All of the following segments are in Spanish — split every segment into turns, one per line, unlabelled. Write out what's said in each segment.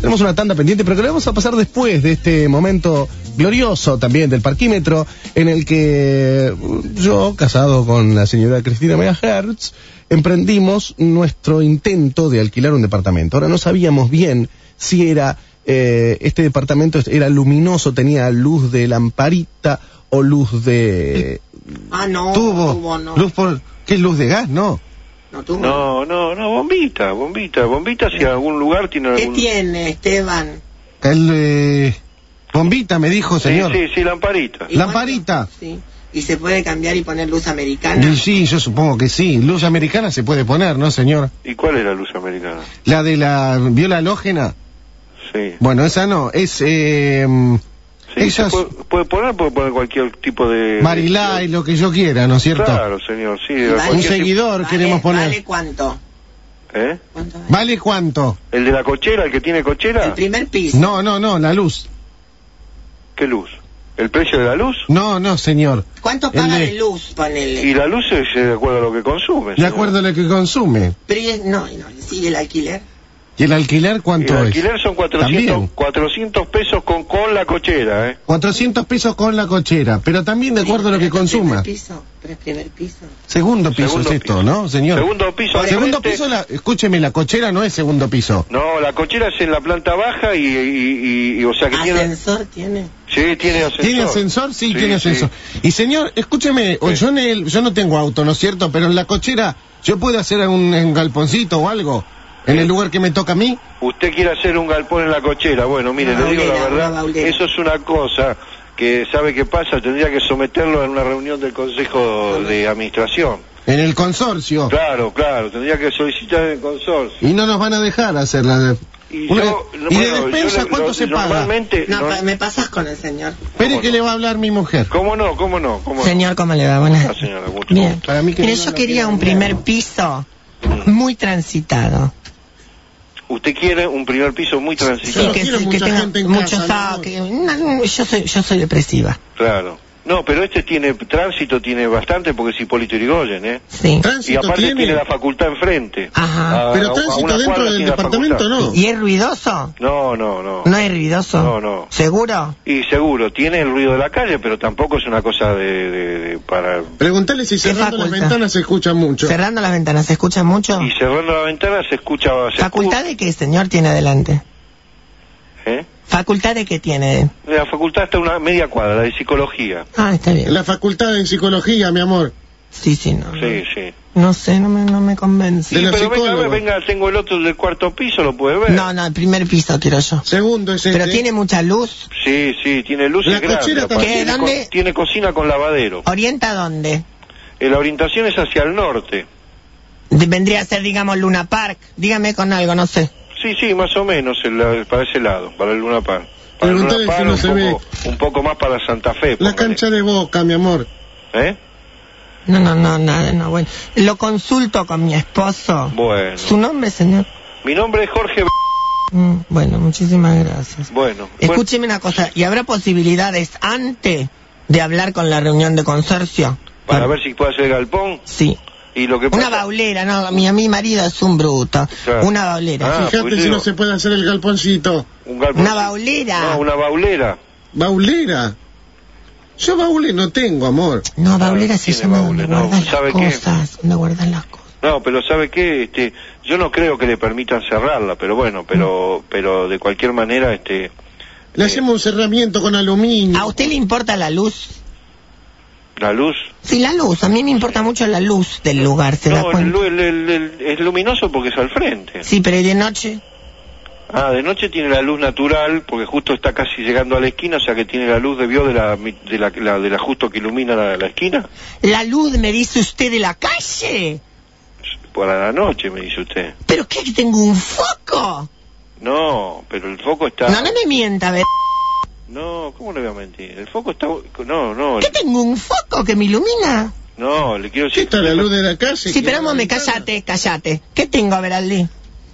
Tenemos una tanda pendiente, pero que la vamos a pasar después de este momento glorioso también del parquímetro, en el que mm, yo, casado con la señora Cristina Megahertz, emprendimos nuestro intento de alquilar un departamento. Ahora no sabíamos bien si era eh, este departamento era luminoso, tenía luz de lamparita o luz de
Ah, no,
tubo,
tubo no.
luz por ¿qué es luz de gas? No.
No, tú.
No, no, no, bombita, bombita, bombita si algún lugar tiene
¿Qué
algún...
tiene, Esteban?
El eh, bombita me dijo,
Sí,
señor.
sí, sí, lamparita.
¿Y cuánto?
Lamparita.
Sí. ¿Y se puede cambiar y poner luz americana?
Y sí, yo supongo que sí. Luz americana se puede poner, ¿no, señor?
¿Y cuál es la luz americana?
La de la viola halógena.
Sí.
Bueno, esa no, es eh,
sí
Esa
se
es-
puede, puede poner, puede poner cualquier tipo de...
Marilá y lo que yo quiera, ¿no es cierto?
Eh, Claro, señor, sí.
Y vale-
Un
cualquier tipo-
seguidor queremos poner.
¿Vale cuánto?
¿Eh?
¿Cuánto vale?
¿Vale cuánto?
¿El de la cochera, el que tiene
El
cochera?
primer piso.
No, no, no, la luz.
¿Qué luz? ¿El precio de la luz?
No, no, señor.
¿Cuánto
El
paga
de-
de luz, ponele?
Y la luz es eh, de acuerdo a lo que consume.
De
señor.
acuerdo a lo que consume.
Pri- No, no, sí, el alquiler.
¿Y el alquiler cuánto
el
es?
alquiler son 400,
También.
400 pesos con, con la cochera, ¿eh?
400 pesos con la cochera, pero también de acuerdo a lo que
Pero es el
consuma.
Primer piso, pero es primer piso.
Segundo piso
Segundo
es esto,
piso.
¿no, señor?
Segundo piso, al
Segundo
frente.
piso, la- escúcheme, la cochera no es segundo piso.
No, la cochera es en la planta baja y, y- y- y, o sea que tiene...
¿Ascensor tiene?
Sí, tiene ascensor.
¿Tiene ascensor? Sí, tiene ascensor. Y señor, escúcheme, o
Sí.
yo, en el- yo no tengo auto, ¿no es cierto? Pero en la cochera, ¿yo puedo hacer un, un galponcito o algo? ¿En el lugar que me toca a mí?
Usted quiere hacer un galpón en la cochera. Bueno, mire,
Una
le digo
baulera,
la
una
verdad,
baulera.
eso es una cosa que sabe qué pasa, tendría que someterlo en una reunión del Consejo de Administración.
En el consorcio.
Claro, claro, tendría que solicitar el consorcio.
Y no nos van a dejar hacer la...
Y,
Una-
yo-
¿y de
bueno, yo
despensa
le-
cuánto
lo-
se paga?
normalmente,
No,
no-
pa- me pasas con el señor.
Espere
¿Cómo
que
no?
le va a hablar mi mujer.
¿Cómo no? ¿Cómo no? ¿Cómo
Señor, ¿cómo le va? Buenas.
no? Ah, señora, mucho
Bien.
Para mí que
Mire,
no,
yo
no
quería
quiero
un
ni
primer
nada.
piso
gusto.
muy transitado.
Mm. Usted quiere un primer piso muy
Sí,
transitado.
que,
quiero
sí, que
mucha
tenga
gente en
muchos
casa,
ah,
¿no?
que- no, no, yo soy yo soy depresiva.
Claro. No, pero este tiene tránsito, tiene bastante porque es Hipólito Yrigoyen, ¿eh?
Sí.
Y
Tránsito
aparte tiene,
tiene,
la facultad enfrente.
Ajá.
A- a-
pero
a
tránsito
una
dentro
cuadra
del
tiene la
departamento
facultad.
no.
¿Y es ruidoso?
No, no, no.
¿No es ruidoso?
No, no.
¿Seguro?
Y seguro, tiene el ruido de la calle, pero tampoco es una cosa de, de- de- para...
Preguntale si cerrando las
facultad?
ventanas se escucha mucho.
Cerrando las ventanas, ¿se escucha mucho?
Y cerrando la ventana se escucha... Se
¿Facultad de qué señor tiene adelante?
escu- ¿Eh?
¿Facultad de qué tiene?
La facultad está a una media cuadra, de psicología.
Ah, está bien.
La facultad en psicología, mi amor.
Sí, sí, no.
Sí, sí.
No sé, no me, no me convence.
De
Sí,
los
pero venga, a ver,
psicólogos.
venga, tengo el otro del cuarto piso, lo puede ver.
No, no, el primer piso quiero yo.
Segundo es
Pero
este.
tiene mucha luz.
Sí, sí, tiene luces
La
grandes.
cochera
aparte.
también.
¿Qué?
Tiene,
¿Dónde?
co- tiene cocina con lavadero.
¿Orienta dónde?
Eh, la orientación es hacia el norte.
De- Vendría a ser, digamos, Luna Park. Dígame con algo, no sé.
Sí, sí, más o menos el- para ese lado, para el Luna Par. Para el Luna
Preguntale si
Par,
no
un,
se
poco, un poco más para Santa Fe.
La
póngale.
cancha de boca, mi amor.
¿Eh?
No, no, no, nada, no, bueno. Lo consulto con mi esposo.
Bueno.
¿Su nombre, señor?
Mi nombre es Jorge... B-
Mm, bueno, muchísimas gracias.
Bueno. pues,
Escúcheme una cosa, ¿y habrá posibilidades antes de hablar con la reunión de consorcio?
bueno, para ver si puede hacer galpón
Sí.
y lo que pasa...
Una baulera, no, mi, mi marido es un bruto.
Claro.
Una baulera.
Ah,
Fíjate
pues
si
digo,
no se puede hacer el galponcito.
un galpón.
Una baulera.
No, una baulera.
Baulera. Yo baule no tengo, amor.
No, baulera
Ah,
se
tiene
llama
baule,
donde
no,
guardan
¿sabe
las
qué?
cosas. Donde guardan las cosas.
No, pero ¿sabe qué? Este, yo no creo que le permitan cerrarla, pero bueno, pero, pero de cualquier manera, este...
Le
eh,
hacemos un cerramiento con
¿A
aluminio.
usted le importa la luz?
La luz...
Sí, la luz. A mí me importa mucho la luz del lugar, ¿se da
No,
cuenta?
el lu- el- el- el- es luminoso porque es al frente.
Sí, pero ¿y de noche?
Ah, de noche tiene la luz natural, porque justo está casi llegando a la esquina, o sea que tiene la luz de vio de la, mi- de la, la- de la justo que ilumina la, la esquina.
La luz me dice usted de la calle.
Para la noche, me dice usted.
¿Pero qué? que ¿Tengo un foco?
No, pero el foco está...
No, no me mienta, ver.
No, ¿cómo le voy a mentir? El foco está... No, no,
¿Qué tengo un foco que me ilumina?
no, le quiero
¿Qué
decir...
está la luz de la calle?
Sí, pero
vamos
vamos, me callate, callate. ¿Qué tengo, Veraldi?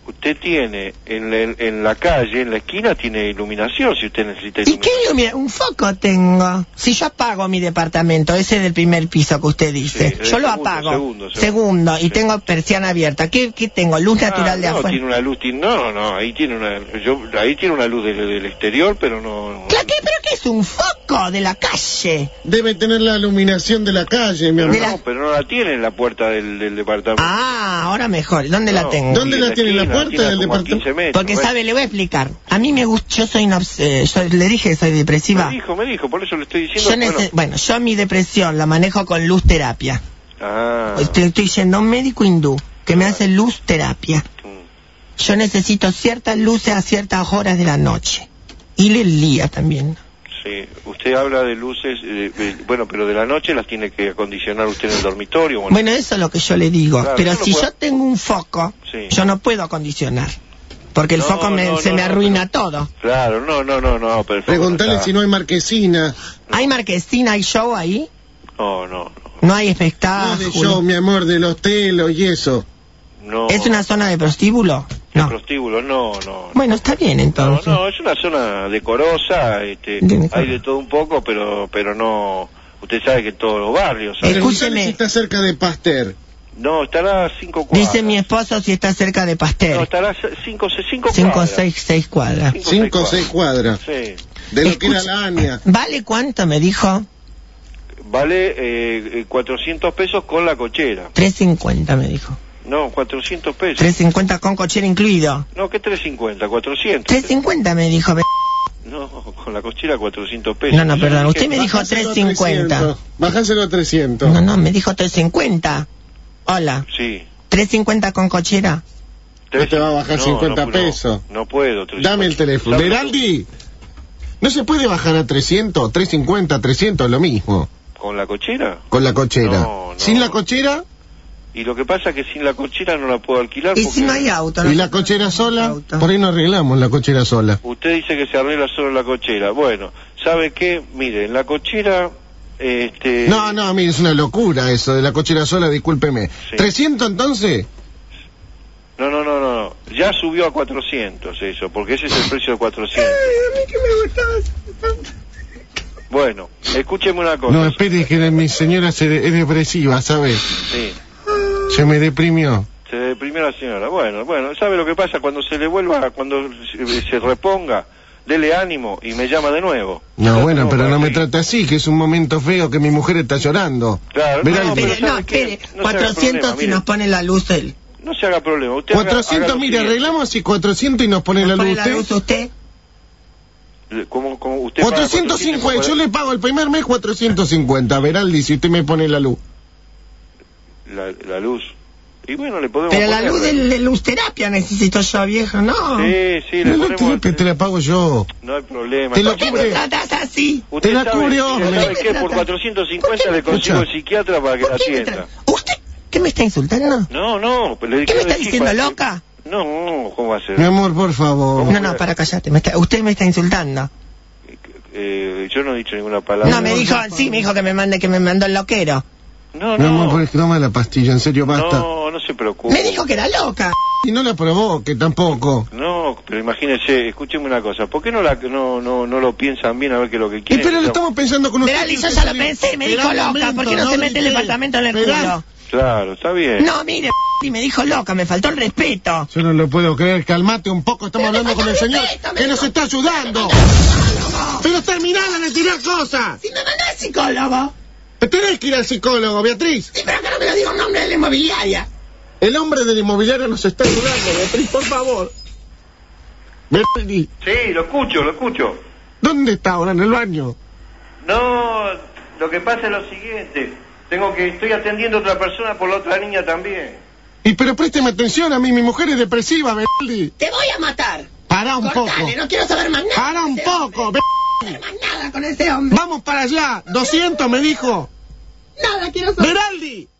usted tiene en la, en la calle, en la esquina, tiene iluminación si usted necesita
¿Y qué
iluminación.
ilumina? Un foco tengo. Si yo apago mi departamento, ese del primer piso que usted dice,
Sí,
yo
el
lo
segundo,
apago.
segundo, segundo.
Segundo, y
Sí.
tengo persiana abierta. ¿Qué, qué tengo? Luz
Ah,
natural de
no,
afuera.
tiene una luz, tiene- no, no, ahí tiene una, yo, ahí tiene una luz del, del exterior, pero no. no-
Claro, ¿qué? ¿Pero qué es un foco de la calle?
Debe tener la iluminación de la calle, mi
pero,
amor.
de la-
no pero no la tiene en la puerta del, del departamento.
Ah, ahora mejor. ¿Dónde la
No,
tengo?
¿Dónde la tiene? ¿En la
esquina,
puerta
tiene
del
como a
departamento?
15 metros,
Porque
bueno.
sabe, le voy a explicar. A mí me gusta, yo soy una, obs- eh, yo le dije que soy depresiva.
Me dijo, me dijo, por eso le estoy diciendo.
Yo nece-
bueno,
bueno. yo mi depresión la manejo con luz terapia.
ah,
Estoy, estoy yendo a un médico hindú que me hace luz terapia.
mm,
Yo necesito ciertas luces a ciertas horas de la noche. Y el día también.
sí. Usted habla de luces, eh, eh, bueno, pero de la noche las tiene que acondicionar usted en el dormitorio. Bueno,
Bueno, eso es lo que yo le digo.
Claro,
pero
yo no
si
puedo-
yo tengo un foco,
Sí.
yo no puedo acondicionar. Porque el
No,
foco me-
no,
se
no,
me
no,
arruina
pero-
todo.
claro, no, no, no, no, perfecto.
Preguntale
está.
si no hay marquesina.
¿Hay marquesina, hay show ahí?
No, no, no.
No
No
hay
de
espectáculo.
yo, mi amor, de los telos y eso.
no.
¿Es una zona de prostíbulo?
El
No.
prostíbulo, no, no.
Bueno, está bien
No,
entonces.
no, es una zona decorosa, este,
Bien,
hay
claro.
de todo un poco, pero pero no, usted sabe que en todos los barrios, hay.
Escu-
Preguntale
Escúcheme.
si está cerca de Pasteur.
no, estará a cinco cuadras.
Dice mi esposo si está cerca de
No,
Pastel.
estará a se- cinco, se- cinco,
Eh, Cinco,
cuadras.
seis, seis cuadras.
Cinco,
Cinco o
seis
seis cuadras.
Sí.
De lo que era
Escucha-
la ANIA.
¿Vale cuánto? Me dijo.
Vale eh, eh, 400 pesos con la cochera.
3.50 me dijo.
No, 400 pesos.
3.50 con cochera incluido.
No, que 350, 400.
3.50 me dijo. me-
No, con la cochera 400 pesos.
No, no,
Yo
perdón.
dije,
Usted me dijo
Bajáselo a
3.50.
300. Bajáselo a 300.
No, no, me dijo 3.50. Hola.
Sí.
3.50 con cochera.
No te va a bajar
No,
50
no, no,
pesos.
No, puedo. 350.
Dame el teléfono.
Dame-
Veraldi. No se puede bajar a 300, 350, 300, lo mismo.
¿Con la cochera?
Con la cochera.
No, no.
Sin la cochera
Y lo que pasa es que sin la cochera no la puedo alquilar.
Y
porque
si no hay auto.
y
no-
la cochera sola,
Auto.
por ahí no arreglamos la cochera sola.
Usted dice que se arregla solo la cochera. Bueno, ¿sabe qué? Mire, en la cochera... Este...
No, no, mire, es una locura eso de la cochera sola, discúlpeme.
Sí.
¿300 entonces?
No, no, no, no, no. Ya subió a 400 eso, porque ese es el precio de 400. Bueno, escúcheme una cosa.
No, espere, que mi señora se de- es depresiva, ¿sabes?
Sí,
Se me deprimió.
se deprimió la señora. Bueno, bueno, ¿sabe lo que pasa? Cuando se le vuelva, cuando se se reponga, dele ánimo y me llama de nuevo.
No,
Ya
bueno,
tengo
pero no me
aquí.
trata así, que es un momento feo que mi mujer está llorando.
Claro,
Verá,
no,
el-
pero
Espere, no,
¿sabe qué?
espere.
No se haga
400
problema,
si
mire.
nos pone la luz él.
No se haga problema. Usted haga- haga
400,
lo
mire,
siguiente.
arreglamos y 400 y nos pone
¿Nos
la luz ¿eh?
pone la luz
usted.
usted?
¿Cómo, cómo usted paga
450, yo le pago el primer mes 450, Veraldi, si usted me pone la luz.
La, la luz. Y bueno, le podemos
Pero la
poner-
luz de la luz terapia necesito yo, viejo, no.
Sí, sí, le
No, no,
ponemos...
te, te la pago yo.
No hay problema.
Te lo
¿Por qué me
cubre.
tratás así?
Usted
Te la
sabe,
cubre,
usted
hombre.
sabe que
¿Por
por
qué
450 le consigo
Escucha.
el psiquiatra para que la
¿Por qué me
atienda.
tra- ¿Usted qué me está insultando?
No, no, pero le
¿Qué me
quiero
está
decir
diciendo,
para que-
loca?
No, ¿cómo va a ser?
Mi amor, por favor.
No, no, para callate. me está- usted me está insultando.
Eh, yo no he dicho ninguna palabra.
No, me dijo, sí, me dijo que me mande, que me mandó el loquero.
No,
Mi amor,
no.
por toma la pastilla, en serio, basta.
No, no se preocupe.
Me dijo que era loca.
Y no la provoque tampoco.
No, pero imagínese, escúcheme una cosa. ¿Por qué no, la, no, no, no lo piensan bien a ver qué es lo que
Y
quieren?
pero lo
No,
estamos pensando con usted.
Verá,
que
yo
usted
ya lo
salió-
pensé, me
Esperá
dijo
un
loca,
momento,
¿por qué no se mete el
grité.
departamento en el
Esperá.
culo?
Claro, está bien.
No, mire, y me dijo loca, me faltó el respeto.
Yo no lo puedo creer, calmate un poco, estamos
Pero
hablando con el
déjame
señor
quieto, me
que nos
dijo.
está ayudando. Pero terminala de tirar cosas.
Si no, no, no es psicólogo.
Tenés que ir al psicólogo, Beatriz.
Sí, pero acá no me lo diga un nombre de la inmobiliaria.
El hombre del inmobiliario nos está ayudando, Beatriz, por favor. Beatriz,
Sí, lo escucho, lo escucho.
¿dónde está ahora? ¿En el baño?
No, lo que pasa es lo siguiente. Tengo que, estoy atendiendo a otra persona por la otra niña también.
Y pero présteme atención a mí, mi mujer es depresiva, Beatriz.
Te voy a matar.
Pará un poco.
Cortale, no quiero saber más nada.
Pará
con
un
ese hombre.
poco, Beatriz.
No quiero saber más nada con ese hombre.
Vamos para allá. 200 me dijo.
Nada quiero saber.
Veraldi.